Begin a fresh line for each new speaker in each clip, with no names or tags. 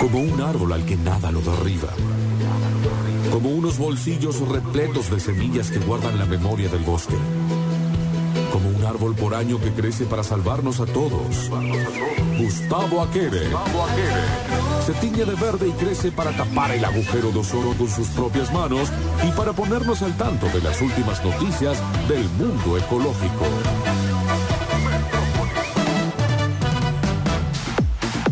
Como un árbol al que nada lo derriba. Como unos bolsillos repletos de semillas que guardan la memoria del bosque. Como un árbol por año que crece para salvarnos a todos. Gustavo Aquere. Se tiñe de verde y crece para tapar el agujero de ozono con sus propias manos y para ponernos al tanto de las últimas noticias del mundo ecológico.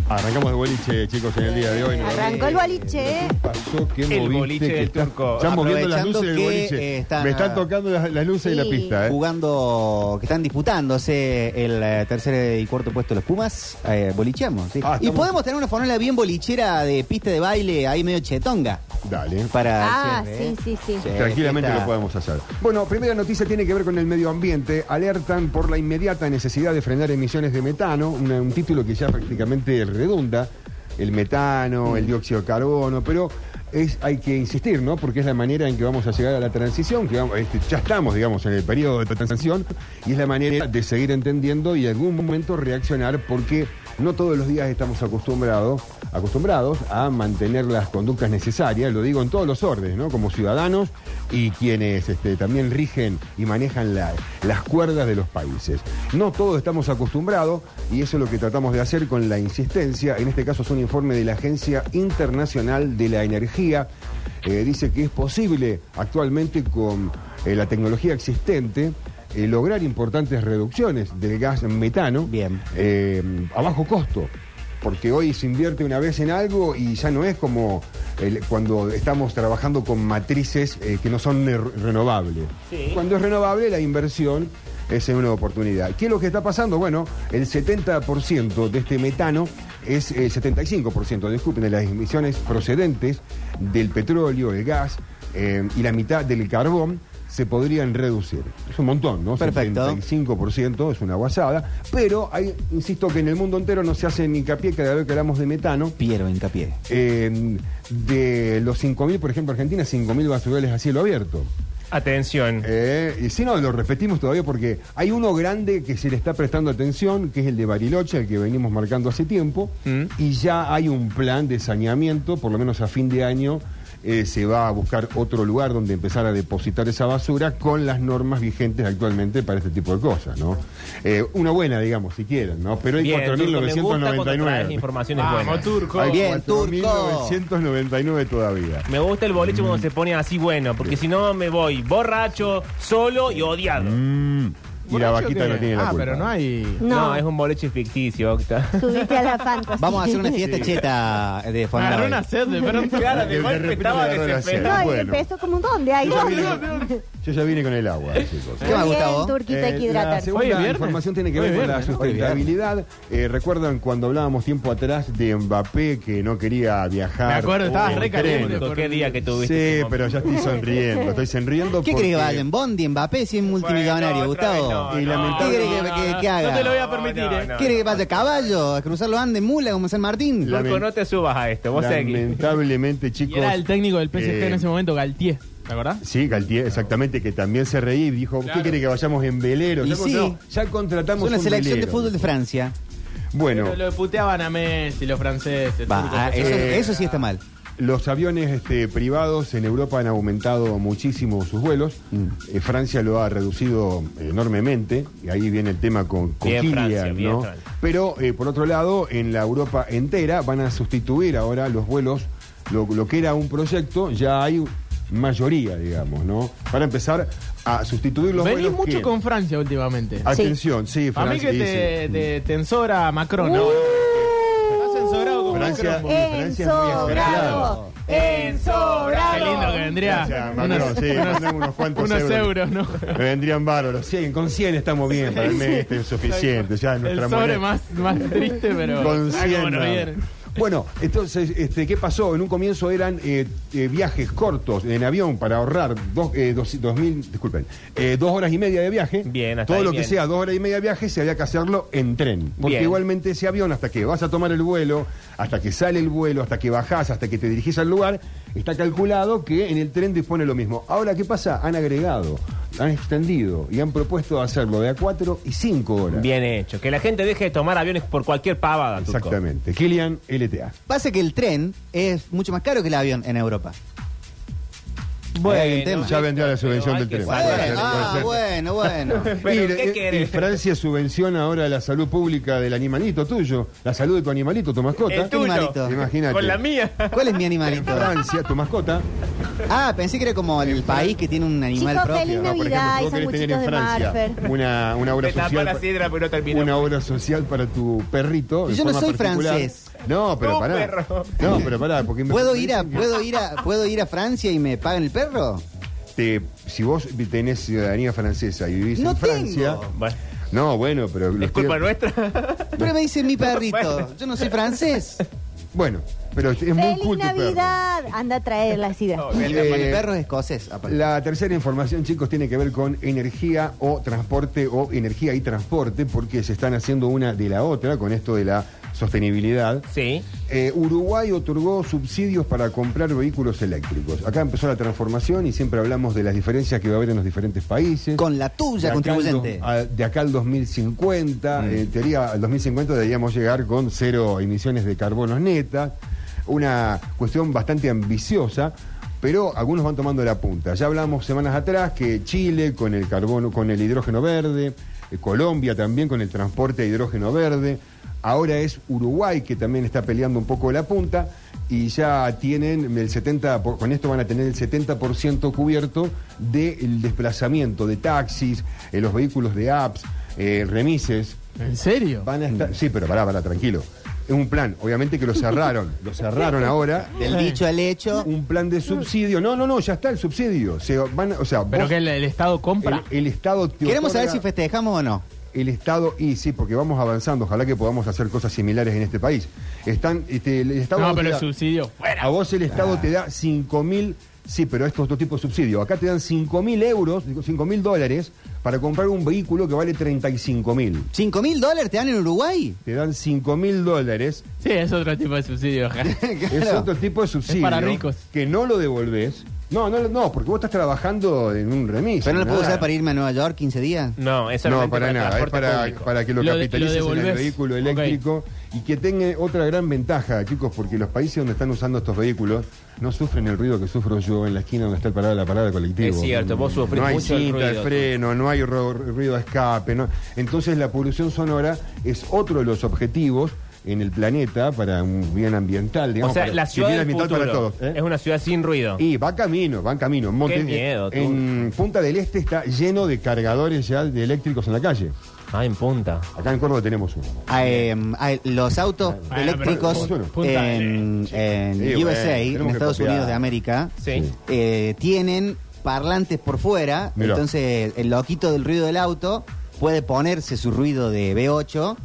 Arrancamos el boliche, chicos, en el día de hoy. ¿no?
Arrancó el boliche.
pasó? ¿Qué
El
moviste
boliche
que
del
está-
turco.
Estamos viendo las
Aprovechando
luces del
que,
boliche.
eh, están-
Me están tocando las, las luces de la
Sí.
pista, ¿eh?
Jugando, que están disputándose el eh, tercer y cuarto puesto de los Pumas, eh, bolicheamos. ¿sí?
Ah,
y
estamos-
podemos tener una fonola bien bolichera de pista de baile ahí medio chetonga.
Dale.
Para
Ah,
el cierre, ¿eh?
sí, sí, sí.
Sí,
Tranquilamente
fiesta.
lo podemos hacer.
Bueno, primera noticia tiene que ver con el medio ambiente. Alertan por la inmediata necesidad de frenar emisiones de metano, una- un título que ya prácticamente redunda, el metano, el dióxido de carbono, pero es, hay que insistir, ¿no? Porque es la manera en que vamos a llegar a la transición, que vamos- este, ya estamos, digamos, en el periodo de transición, y es la manera de seguir entendiendo y en algún momento reaccionar porque no todos los días estamos acostumbrados, acostumbrados a mantener las conductas necesarias, lo digo en todos los órdenes, ¿no? Como ciudadanos y quienes este, también rigen y manejan la- las cuerdas de los países. No todos estamos acostumbrados y eso es lo que tratamos de hacer con la insistencia. En este caso es un informe de la Agencia Internacional de la Energía. Eh, dice que es posible actualmente con eh, la tecnología existente eh, lograr importantes reducciones del gas metano
Bien.
Eh,
a bajo costo. Porque hoy se invierte una vez en algo y ya no es como el- cuando estamos trabajando con matrices eh, que no son ne- renovables. Cuando es renovable, la inversión es en una oportunidad. ¿Qué es lo que está pasando? Bueno, el 70% de este metano es eh, el 75%, disculpen, de las emisiones procedentes del petróleo, el gas eh, y la mitad del carbón se podrían reducir. Es un montón, ¿no?
Perfecto.
75%. 5% es una guasada, pero hay, insisto que en el mundo entero no se hace hincapié cada vez que hablamos de metano.
Piero, hincapié.
eh, de los 5.000, por ejemplo, Argentina, 5.000 basurales a cielo abierto.
Atención.
Eh, y si no, lo repetimos todavía porque hay uno grande que se le está prestando atención, que es el de Bariloche, el que venimos marcando hace tiempo,
Mm.
y ya hay un plan de saneamiento, por lo menos a fin de año. eh, se va a buscar otro lugar donde empezar a depositar esa basura con las normas vigentes actualmente para este tipo de cosas, ¿no? Eh, una buena, digamos, si quieren, ¿no? Pero hay
Bien, Turco, me gusta cuando traes
4.999.
informaciones buenas.
Muy bien, turco.
4.999 todavía.
Me gusta el boliche
Mm.
cuando se pone así bueno, porque si no me voy borracho, solo y odiado.
Mm, Y la vaquita no tiene la
Ah,
culpa.
pero no hay.
No.
No,
es un boliche ficticio, Octa.
subiste a la fantasía.
Vamos a hacer una fiesta cheta de
Me
fonola.
agarró
hoy.
una sed de pronto.
Claro, de
De
golpe
repente
estaba
me agarró la
desesperado.
sed.
No, y
Bueno.
empezó como un don de aire.
Yo ya vine con el agua, chicos.
¿Qué más, Gustavo?
Bien, turquito, hay
Eh,
que
la
hidratarse.
Hoy es
segunda
viernes.
información tiene que
Hoy
ver
es
con la
viernes, ¿no?
sustentabilidad. Eh, ¿Recuerdan cuando hablábamos tiempo atrás de Mbappé que no quería viajar?
Me acuerdo, estabas
en
re
tren?
caliente.
Qué día que tuviste.
Sí, pero ya estoy sonriendo, estoy sonriendo
¿Qué
porque-
crees que valen? ¿Bondi, Mbappé, si es multimillonario,
Bueno, otra vez
Gustavo?
no,
Y
no,
lamentable-
¿Qué crees que- que- que haga?
No te lo voy a permitir,
No,
¿eh?
no,
¿Quiere que pase a caballo? ¿A cruzar los Andes, mula, como San Martín?
La-
Turco, no te subas a esto. Vos seguís.
Lamentablemente, chicos.
Y era el técnico del PSG en
eh,
ese este momento, Galtier. ¿Te acordás?
Sí, Galtier, exactamente, que también se reí y dijo, ¿qué quiere que vayamos en velero?
Y
ya, con-
sí.
no, ya contratamos
Es una
un
selección de
velero.
fútbol de Francia.
Bueno,
Pero lo puteaban a Messi, los franceses.
Va,
turcos,
ah,
que-
eso,
eh,
eso sí está mal.
los aviones este, privados en Europa han aumentado muchísimo sus vuelos. Eh, Francia lo ha reducido enormemente. Y ahí viene el tema con, con
Bien,
Kylian,
Francia, bien,
¿no?
Francia.
Pero, eh, por otro lado, en la Europa entera van a sustituir ahora los vuelos. Lo, lo que era un proyecto, ya hay mayoría, digamos, ¿no? Para empezar a sustituir los
Venís
vuelos
mucho
que-
con Francia últimamente.
Ah,
Atención, sí,
A mí
Francia.
que te,
sí.
te, te ensora Macron.
Uh.
¿no? Estás ensorado como
Francia,
Macron.
Francia es muy
Enzo
agraciado.
Bravo. Enzo Bravo.
Qué lindo que vendría.
Gracias, Macron, sí, mandame unos cuantos
unos euros,
euros.
¿no?
Me vendrían bárbaros. 100, con 100 estamos bien, para el mes este es suficiente. Ya
El
nuestra moneda-
sobre más, más triste, pero.
Con
Ah,
100
bueno,
nada.
bien.
Bueno,
Entonces, este, ¿qué pasó? En un comienzo eran eh, eh, viajes cortos en avión para ahorrar dos, eh, dos, dos mil, disculpen, eh, dos horas y media de viaje.
Bien, hasta
Todo
ahí
lo
bien.
que sea dos horas y media de viaje se había que hacerlo en tren. Porque
Bien.
igualmente ese avión, hasta que vas a tomar el vuelo, hasta que sale el vuelo, hasta que bajás, hasta que te dirigís al lugar, está calculado que en el tren dispone lo mismo. Ahora, ¿qué pasa? Han agregado han extendido y han propuesto hacerlo de a 4 y 5 horas.
Bien hecho. Que la gente deje de tomar aviones por cualquier pavada. Turco.
Exactamente. Kilian LTA.
Pasa que el tren es mucho más caro que el avión en Europa. Ahí hay un tema.
Ya vendió la
pero
subvención
hay
del
que
tren.
saber.
Puede ser, puede
ah,
ser.
bueno, bueno.
Pero,
y,
¿qué
y-
querés?
y Francia subvenciona ahora la salud pública del animalito tuyo, la salud de tu animalito, tu mascota.
El tuyo.
Animalito.
Imagínate.
Con la mía.
¿Cuál es mi animalito?
Francia, tu mascota.
Ah, pensé que era como el país que tiene un animal
Chicos,
propio.
feliz
No, por
Navidad
ejemplo,
y
si vos querés tener
sanguchitos
en
de
Francia
Marfer.
una, una obra
Te tapó
social.
la sidra, pero no terminó.
Una obra social para tu perrito. de
Yo no
forma
soy
particular.
francés.
No, pero
Tu
pará.
perro.
No, pero pará, porque me-
¿Puedo
me
ir, a,
dicen que
¿puedo, ir a, ¿Puedo ir a Francia y me pagan el perro?
te- este, si vos tenés ciudadanía francesa y vivís
No
en Francia.
tengo.
Bueno,
No, bueno, pero. los
¿Es culpa
tienen-
nuestra?
Pero me dice mi perrito. Yo no soy francés.
Bueno, pero es muy
¡Feliz
culto tu perro.
Navidad! Anda a traer la sidra.
Y,
El
eh,
perro es escocés. aparte.
La tercera información, chicos, tiene que ver con energía o transporte o energía y transporte, porque se están haciendo una de la otra con esto de la sostenibilidad.
Sí.
Eh, Uruguay otorgó subsidios para comprar vehículos eléctricos. Acá empezó la transformación y siempre hablamos de las diferencias que va a haber en los diferentes países.
Con la
De acá
tuya,
al
contribuyente.
dos- a- de acá al 2050, en teoría al 2050 deberíamos llegar con cero emisiones de carbono netas, una cuestión bastante ambiciosa, pero algunos van tomando la punta. Ya hablamos semanas atrás que Chile con el carbono, con el hidrógeno verde, eh, Colombia también con el transporte de hidrógeno verde, ahora es Uruguay que también está peleando un poco la punta y ya tienen el 70 por- con esto van a tener el 70% cubierto del desplazamiento de taxis, eh, los vehículos de apps, eh, remises.
¿En serio?
Van a estar, sí, pero pará, pará, tranquilo. Es un plan, obviamente que lo cerraron, lo cerraron ahora.
Del dicho al hecho.
Un plan de subsidio. No, no, no, ya está el subsidio. Se van, o sea,
¿Pero
vos-
que el, el Estado compra?
el, el Estado te
Queremos saber si
otorga-
festejamos o no.
el Estado y sí, porque vamos avanzando, ojalá que podamos hacer cosas similares en este país. Están, este, el Estado
No,
te
pero el
da-
subsidio.
a vos el Estado te da 5 mil, sí, pero esto es otro tipo de subsidio. Acá te dan 5 mil euros, 5 mil dólares para comprar un vehículo que vale 35 mil.
¿Cinco mil dólares te dan en Uruguay?
Te dan 5 mil dólares.
Sí, es otro tipo de subsidio.
Es otro tipo de subsidio.
para ricos.
Que no lo devolvés. No, no, no, porque vos estás trabajando en un remis.
¿Pero no lo puedo
nada.
usar para irme a Nueva York 15 días?
No, es
No,
solamente
para
el
nada, es
transporte
para,
público.
para que lo,
Lo de-
capitalices
lo
en el
devolvés.
vehículo
Ok.
eléctrico y que tenga otra gran ventaja, chicos, porque los países donde están usando estos vehículos no sufren el ruido que sufro yo en la esquina donde está el parada, la parada colectiva.
Es cierto, vos sufrís
No hay
mucho el
cinta de
ruido,
freno, no hay ro- ruido de escape. ¿no? Entonces la polución sonora es otro de los objetivos en el planeta para un bien ambiental, digamos.
o sea,
para-
la
y
ciudad
bien
del
ambiental
futuro
para todos. ¿eh?
es una ciudad sin ruido.
Y va camino, va camino. En Monte-
Qué miedo, tú.
en Punta del Este está lleno de cargadores ya de eléctricos en la calle.
Ah, en punta.
Acá en Córdoba tenemos uno.
Ah, eh, ah, los autos
pero-
eléctricos
Punta
en, en
eh, Sí, bueno,
USA, en
tenemos que
Estados
copiar.
Unidos de América,
Sí.
eh, tienen parlantes por fuera,
Mirá.
entonces el loquito del ruido del auto puede ponerse su ruido de B8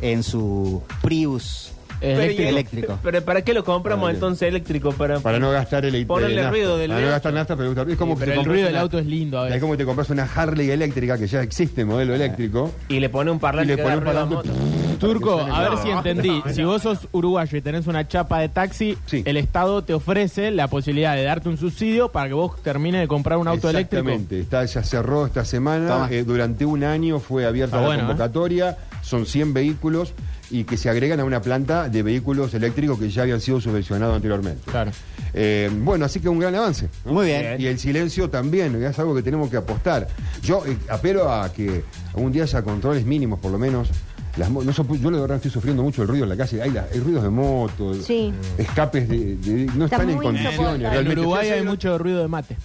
en su Prius
Eléctrico.
eléctrico.
Pero ¿para qué lo compramos
Para que-
entonces eléctrico? Para,
Para no gastar el el
Ponerle
nafta.
ruido del
Para no
auto.
gastar nafta, pero es como que
Sí, pero
te
el
compras
ruido del
una-
auto es lindo a
Es
veces.
como que te compras una Harley eléctrica que ya existe, modelo eléctrico.
Y le pone un parlante
Y le
que
pone
da
un
ruido a la
parlante.
moto.
Turco,
suene
a ver
bien.
si
No,
entendí.
no, no.
Si vos sos uruguayo y tenés una chapa de taxi,
Sí.
el Estado te ofrece la posibilidad de darte un subsidio para que vos termines de comprar un auto eléctrico.
Exactamente. Está, ya cerró esta semana.
Toma.
Eh, durante un año fue abierta
Ah,
la
bueno,
convocatoria. Son 100 vehículos y que se agregan a una planta de vehículos eléctricos que ya habían sido subvencionados anteriormente.
Claro.
Eh, bueno, así que un gran avance.
Muy bien.
Y el silencio también, es algo que tenemos que apostar. Yo eh, apelo a que algún día haya controles mínimos, por lo menos. Las mo- no so- yo la verdad estoy sufriendo mucho el ruido en la calle. Hay, la- hay ruidos de motos,
Sí.
escapes de, de- no
Está
están en
muy
condiciones.
insoportable. En
En
realmente.
Uruguay
Fui a
hay
hacer-
mucho ruido de mate.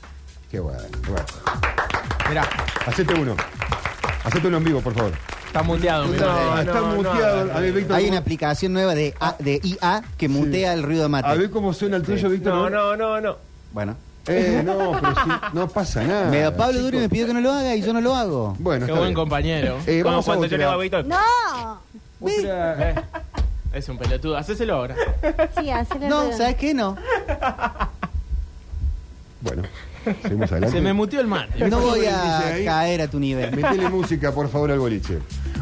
Qué bueno, qué bueno.
Mirá,
Hacete uno. Hacete uno en vivo, por favor.
está mundeado. mi madre.
Ah, está muteado. a ver, Víctor.
Hay
¿cómo-
una aplicación nueva de, A- de IA que mutea el ruido de
A
mate.
ver cómo suena el tuyo, Víctor.
No, no, no, no.
Bueno,
Eh, no, pero sí, no pasa nada.
me da Pablo
chicos.
Duro y me pidió que no lo haga y yo no lo hago.
Bueno,
Qué
está
buen
bien.
compañero.
Eh,
Como
vamos a
cuando yo le
otra-
hago a Víctor.
¡No!
otra-
Es un pelotudo. Hacéselo ahora.
Sí, hacele
No,
ruido.
¿sabes qué? No.
Bueno, seguimos adelante.
Se me muteó el mate.
No voy
Dice
a
ahí.
caer a tu nivel.
Metele música, por favor, al boliche.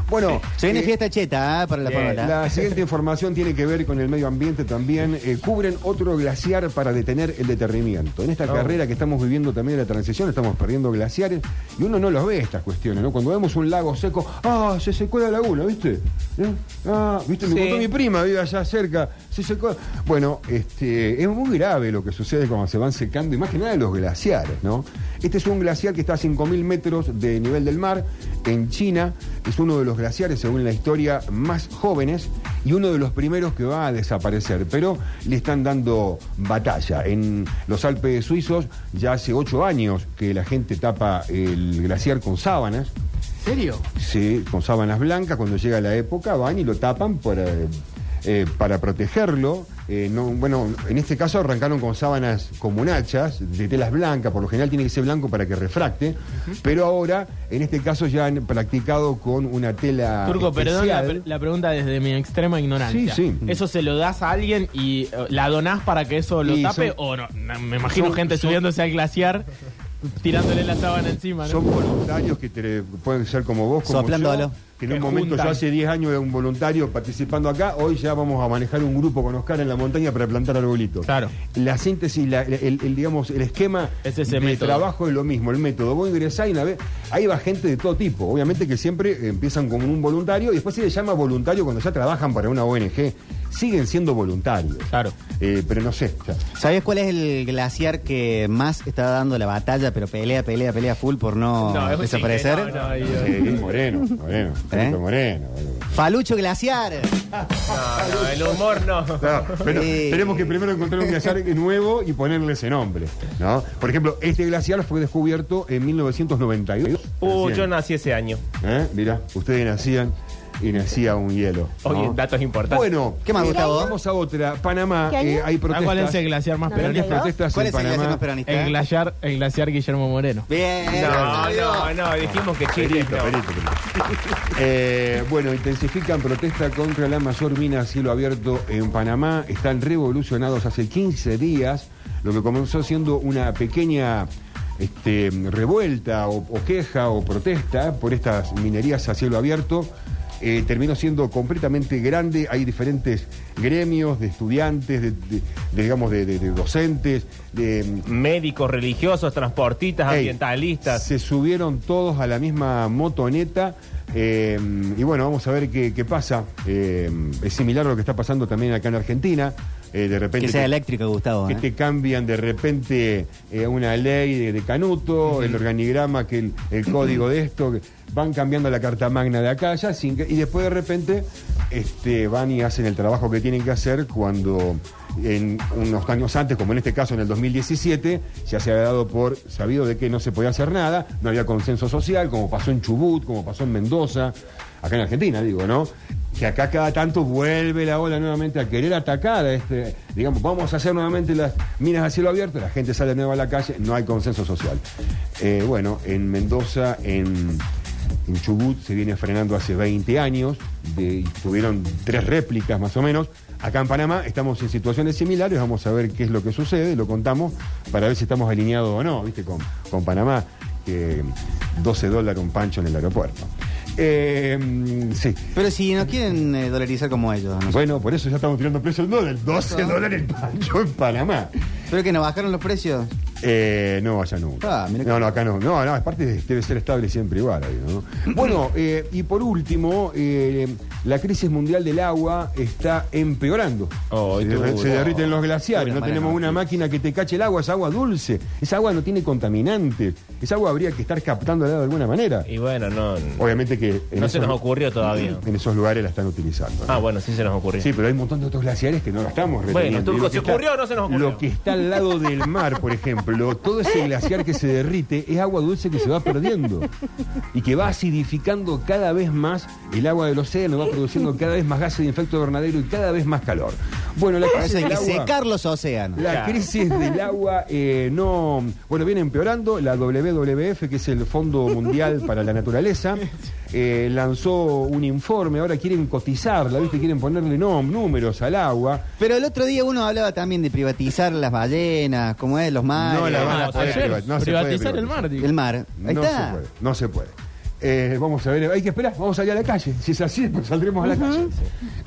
Bueno,
Se viene
eh,
fiesta cheta ah, para la
Bien.
famosa.
La siguiente información tiene que ver con el medio ambiente también. Eh, cubren otro glaciar para detener el deterrimiento. En esta carrera que estamos viviendo también de la transición, estamos perdiendo glaciares y uno no los ve estas cuestiones, ¿no? Cuando vemos un lago seco, ah, se secó la laguna, ¿viste? ¿Eh? Ah, ¿viste? Me
Sí.
contó mi prima, vive allá cerca, se secó. Bueno, este, es muy grave lo que sucede cuando se van secando, y más que nada los glaciares, ¿no? Este es un glaciar que está a 5.000 metros de nivel del mar, en China, es uno de los glaciares, según la historia, más jóvenes y uno de los primeros que va a desaparecer, pero le están dando batalla. En los Alpes suizos ya hace ocho años que la gente tapa el glaciar con sábanas,
¿Serio?
Sí, con sábanas blancas, cuando llega la época van y lo tapan para, eh, para protegerlo. Eh, no, bueno, en este caso arrancaron con sábanas comunachas, de telas blancas, por lo general tiene que ser blanco para que refracte, pero ahora, en este caso ya han practicado con una tela
Turco, perdón la,
especial.
pre- la pregunta desde mi extrema ignorancia.
Sí, sí.
¿Eso se lo das a alguien y eh, la donás para que eso lo
Y
tape?
son-
o no, No, me imagino
son-
gente
son-
subiéndose al glaciar, tirándole la sábana encima, ¿no?
Son voluntarios que te- pueden ser como vos, como
Soplándolo.
yo, que en un
Que
momento,
juntan.
yo hace 10 años era un voluntario participando acá, hoy ya vamos a manejar un grupo con Oscar en la montaña para plantar arbolitos.
Claro.
La síntesis, la- la- el, el, digamos, el esquema
Es ese
de
método.
trabajo es lo mismo, el método. Vos ingresás y una vez, ahí va gente de todo tipo. Obviamente que siempre empiezan como un voluntario y después se les llama voluntario cuando ya trabajan para una ONG. Siguen siendo voluntarios.
Claro.
Eh, pero no sé, ya.
¿Sabés cuál es el glaciar que más está dando la batalla, pero pelea, pelea, pelea full por no,
No, es un
desaparecer?
chiste, no, no, y-
Sí, eh, moreno, moreno,
¿Eh?
moreno, moreno.
Falucho Glaciar.
No, no, el humor no.
Claro, pero
Sí.
tenemos que primero encontrar un glaciar nuevo y ponerle ese nombre. ¿no? Por ejemplo, este glaciar fue descubierto en 1992.
Uh,
Recién.
yo nací ese año.
¿Eh? Mirá, ustedes nacían y nacía un hielo. ¿no?
Oye, datos importantes.
Bueno, eh,
¿Qué más, Gustavo?
Vamos a otra. Panamá,
¿Qué año?
eh, hay
Ah, ¿Cuál es
protestas.
el glaciar más
No,
Grandes
¿Noventa
peronista?
y
protestas
dos?
¿Cuál
en
es el glaciar
Panamá.
más peronista?
¿eh?
El glaciar, el glaciar Guillermo Moreno.
Bien.
No, no,
Octavio.
no, dijimos que chistes.
Perito,
no.
perito, perito. Eh, bueno, intensifican protesta contra la mayor mina a cielo abierto en Panamá. Están revolucionados hace 15 días, lo que comenzó siendo una pequeña este, revuelta o, o queja o protesta por estas minerías a cielo abierto. Eh, terminó siendo completamente grande. Hay diferentes gremios de estudiantes, de, de- de, digamos, de, de- de docentes, de,
Médicos, religiosos, transportistas,
Ey,
ambientalistas.
Se subieron todos a la misma motoneta. eh, y bueno, vamos a ver qué, qué pasa. Eh, es similar a lo que está pasando también acá en Argentina. Eh, de repente.
Que sea
te-
eléctrico, Gustavo.
que
¿eh?
te cambian de repente eh, una ley de, de Canuto, el organigrama, que el, el código de esto, que van cambiando la carta magna de acá ya sin que- y después de repente este, van y hacen el trabajo que tienen que hacer cuando en unos años antes, como en este caso en el 2017, ya se había dado por sabido de que no se podía hacer nada, no había consenso social, como pasó en Chubut, como pasó en Mendoza, acá en Argentina digo, ¿no? que acá cada tanto vuelve la ola nuevamente a querer atacar a este, digamos, vamos a hacer nuevamente las minas a cielo abierto, la gente sale de nuevo a la calle, no hay consenso social. Eh, bueno, en Mendoza, en, en Chubut se viene frenando hace 20 años, de- y tuvieron tres réplicas más o menos. Acá en Panamá estamos en situaciones similares, vamos a ver qué es lo que sucede, lo contamos para ver si estamos alineados o no, ¿viste? Con, con Panamá, que 12 dólares un pancho en el aeropuerto. Eh, sí.
Pero si no quieren eh, dolarizar como ellos. ¿no?
Bueno, por eso ya estamos tirando precios no del 12 dólares el pancho en Panamá.
Pero que nos bajaron los precios.
Eh, no, allá nunca.
Ah, mira que-
no, no, acá no. No, no, aparte de- debe ser estable siempre igual. ahí, ¿no? Bueno, eh, y por último, eh, la crisis mundial del agua está empeorando.
Oh,
se,
qué
derri-
duro.
se derriten los glaciares,
Dura,
no
mala
tenemos una
noticia.
máquina que te cache el agua, es agua dulce, esa agua no tiene contaminantes, esa agua habría que estar captándola de alguna manera.
Y bueno, no.
Obviamente que... en
No se
esos-
nos ocurrió todavía.
En esos lugares la están utilizando. ¿no?
Ah, bueno, sí se nos ocurrió.
Sí, pero hay un montón de otros glaciares que no lo estamos reteniendo.
Turco,
Y lo que
¿se ocurrió o no se nos ocurrió?
Lo que está al lado del mar, por ejemplo, todo ese glaciar que se derrite es agua dulce que se va perdiendo y que va acidificando cada vez más el agua del océano, va produciendo cada vez más gases de efecto invernadero y cada vez más calor. Bueno, la
Por
crisis
eso hay
del
que
agua...
secar los océanos.
La
Claro.
crisis del agua eh, no. Bueno, viene empeorando. La WWF, que es el Fondo Mundial para la Naturaleza, eh, lanzó un informe. Ahora quieren cotizarla, ¿viste? Quieren ponerle nom- números al agua.
Pero el otro día uno hablaba también de privatizar las ballenas, como es, los mares.
No la van a
Ah,
poder
ayer
privat- no se puede
privatizar el
privatizar.
mar, digo.
El mar. Ahí
no
está.
se puede. No se puede. Eh, vamos a ver, hay que esperar, vamos a ir a la calle. Si es así, pues saldremos a la calle.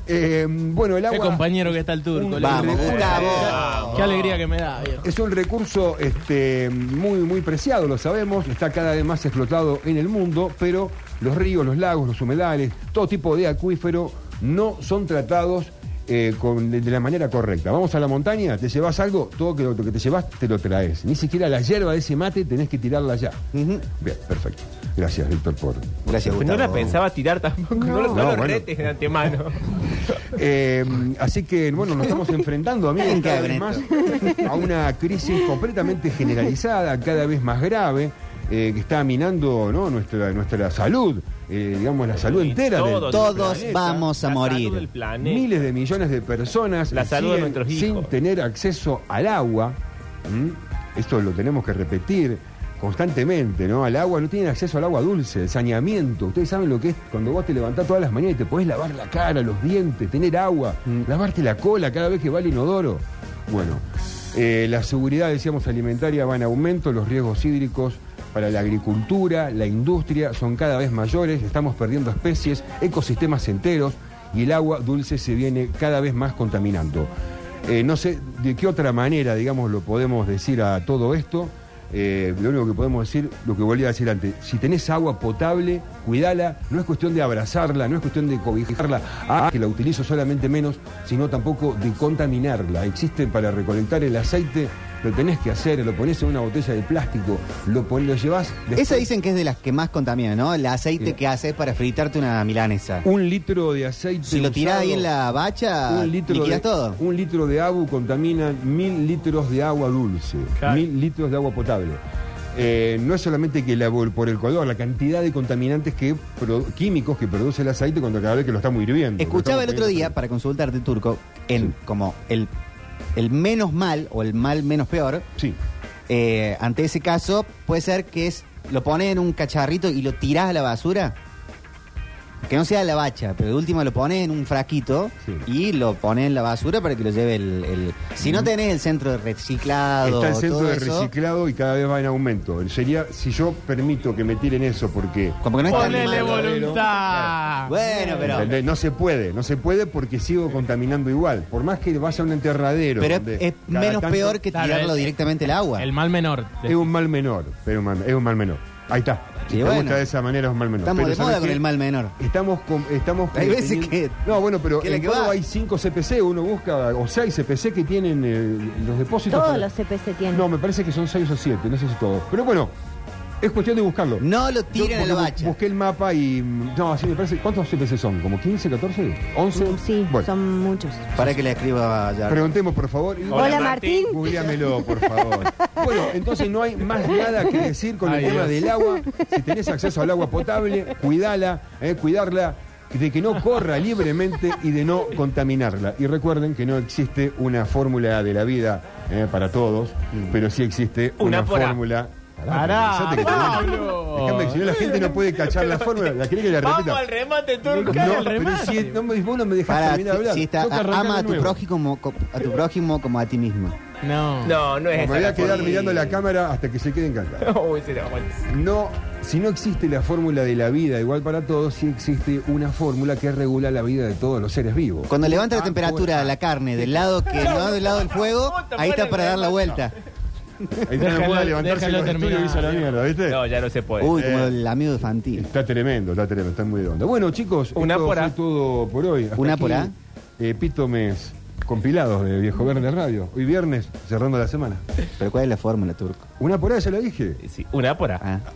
Eh, bueno, el
Qué
agua
compañero que está el turco. le-
Vamos,
le-
Gustavo.
Qué alegría que me da. viejo.
es un recurso este, muy, muy preciado, lo sabemos. Está cada vez más explotado en el mundo, pero los ríos, los lagos, los humedales, todo tipo de acuífero no son tratados eh, con- de, de la manera correcta. Vamos a la montaña, te llevas algo, todo que- lo que te llevas te lo traes. Ni siquiera la hierba de ese mate tenés que tirarla allá.
Ujú.
Bien, perfecto. Gracias, Víctor, por,
Gracias,
No
Gustavo.
la pensaba tirar tampoco. No, lo- no
No,
lo
bueno.
retes de antemano.
Eh, así que, bueno, nos estamos enfrentando, amigos, cada vez más a una crisis completamente generalizada, cada vez más grave, eh, que está minando ¿no? nuestra, nuestra salud, eh, digamos, la salud entera de
Todos.
Todos
Planeta.
vamos a
La salud
morir.
del planeta.
miles de millones de personas
La salud de
siguen
nuestros
sin
hijos.
tener acceso al agua. ¿Mm? Esto lo tenemos que repetir constantemente, ¿no? Al agua, no tienen acceso al agua dulce, el saneamiento. Ustedes saben lo que es cuando vos te levantás todas las mañanas y te podés lavar la cara, los dientes, tener agua, lavarte la cola cada vez que va al inodoro. Bueno, eh, la seguridad, decíamos, alimentaria va en aumento, los riesgos hídricos para la agricultura, la industria son cada vez mayores, estamos perdiendo especies, ecosistemas enteros y el agua dulce se viene cada vez más contaminando. Eh, no sé de qué otra manera, digamos, lo podemos decir a todo esto. Eh, lo único que podemos decir, lo que volví a decir antes, si tenés agua potable, cuidala, no es cuestión de abrazarla, no es cuestión de cobijarla, ah, que la utilizo solamente menos, sino tampoco de contaminarla. Existe para recolectar el aceite, lo tenés que hacer, lo ponés en una botella de plástico, lo, pon- lo llevás... después-
Esa dicen que es de las que más contamina, ¿no? El aceite que haces para fritarte una milanesa.
Un litro de aceite...
Si lo tirás
usado-
ahí en la bacha,
Un litro,
Ah, liquidás
de,
todo.
un litro de abu contamina mil litros de agua dulce,
Claro.
mil litros de agua potable. Eh, no es solamente que la, por el color, la cantidad de contaminantes que produ- químicos que produce el aceite cuando cada vez que lo estamos hirviendo.
Escuchaba
Lo
el
estamos
otro día,
poniendo-
para consultarte, Turco, en como el, el menos mal o el mal menos peor,
Sí.
eh, ante ese caso, puede ser que es lo pones en un cacharrito y lo tirás a la basura. Que no sea la bacha, pero de último lo pones en un frasquito
Sí.
y lo pones en la basura para que lo lleve el... el- Si no tenés el centro de reciclado...
Está el centro
todo
de
eso,
reciclado y cada vez va en aumento. Sería, si yo permito que me tiren eso porque...
Como que no está
Ponele
mal.
voluntad.
Bueno, pero...
¿entendés? No se puede, no se puede porque sigo contaminando igual. Por más que vaya a un enterradero.
Pero es,
donde
es
cada
menos
tanto-
peor que
Claro,
tirarlo
el-
directamente al agua.
El mal menor.
Es un mal menor, pero un mal- es un mal menor. Ahí está. Si
Y
te
bueno.
gusta de esa manera es un mal menor.
Estamos
Pero
de
¿sabes
moda con
qué?
el mal menor.
Estamos con- estamos
Hay veces
teniendo-
que-
No, bueno, pero
que la
en
que
todo
va.
hay 5 CPC, uno busca, o 6 CPC que tienen eh, los depósitos.
Todos
para-
los CPC tienen.
No, me parece que son 6 o 7, no sé si todos. Pero bueno, es cuestión de buscarlo.
No lo
Yo
tiren a la
bu-
bacha.
Busqué el mapa y. mm, No, así me parece. ¿Cuántos CPC son? ¿Como 15, 14? ¿11?
Sí,
Bueno,
son muchos.
Para que le escriba ya.
preguntemos, por favor. Y-
Hola,
Hola,
Martín.
Martín.
Googleamelo, por favor. Bueno, entonces no hay más nada que decir con el
Ay,
tema
Dios.
del agua. Si tenés acceso al agua potable, cuidala, eh, cuidarla, de que no corra libremente y de no contaminarla. Y recuerden que no existe una fórmula de la vida eh, para todos, pero sí existe una,
Una por A.
fórmula.
Mm. Pará,
pensate que te-
Pablo.
Déjame, si no la gente no puede cachar la fórmula, la quiere que la
Vamos
repita.
al remate,
No,
Turco. al
pero
remate.
si es- no, me- vos no me dejás
Para,
terminar de hablar.
si está,
Tengo que
a-
arrancar
ama
de
a tu,
nuevo.
prójimo, co- a tu prójimo como a ti mismo.
No.
No, no es
Me
esa
voy a
la
quedar
forma.
mirando la cámara hasta que se queden encantada.
Uy, se la-
No, si no existe la fórmula de la vida igual para todos, sí existe una fórmula que regula la vida de todos los seres vivos.
Cuando levanta la
Ah,
temperatura de la carne del lado que no del lado del fuego, ahí está para dar la vuelta.
Ahí está,
Déjalo-
puede levantarse
déjalo
con el estudio y
terminar.
irse a la mierda, ¿viste?
No, ya no se puede.
Uy, como el amigo de Fantil.
Está tremendo, está tremendo, está muy de onda. Bueno, chicos,
Una
esto
por
fue
A.
todo por hoy. Hasta
Una por
aquí, eh, Epítomes compilados de Viejo Verde Radio. Hoy viernes, cerrando la semana.
Pero ¿cuál es la fórmula, Turco?
Una por A, ya lo dije.
Sí, una por A.
Ah.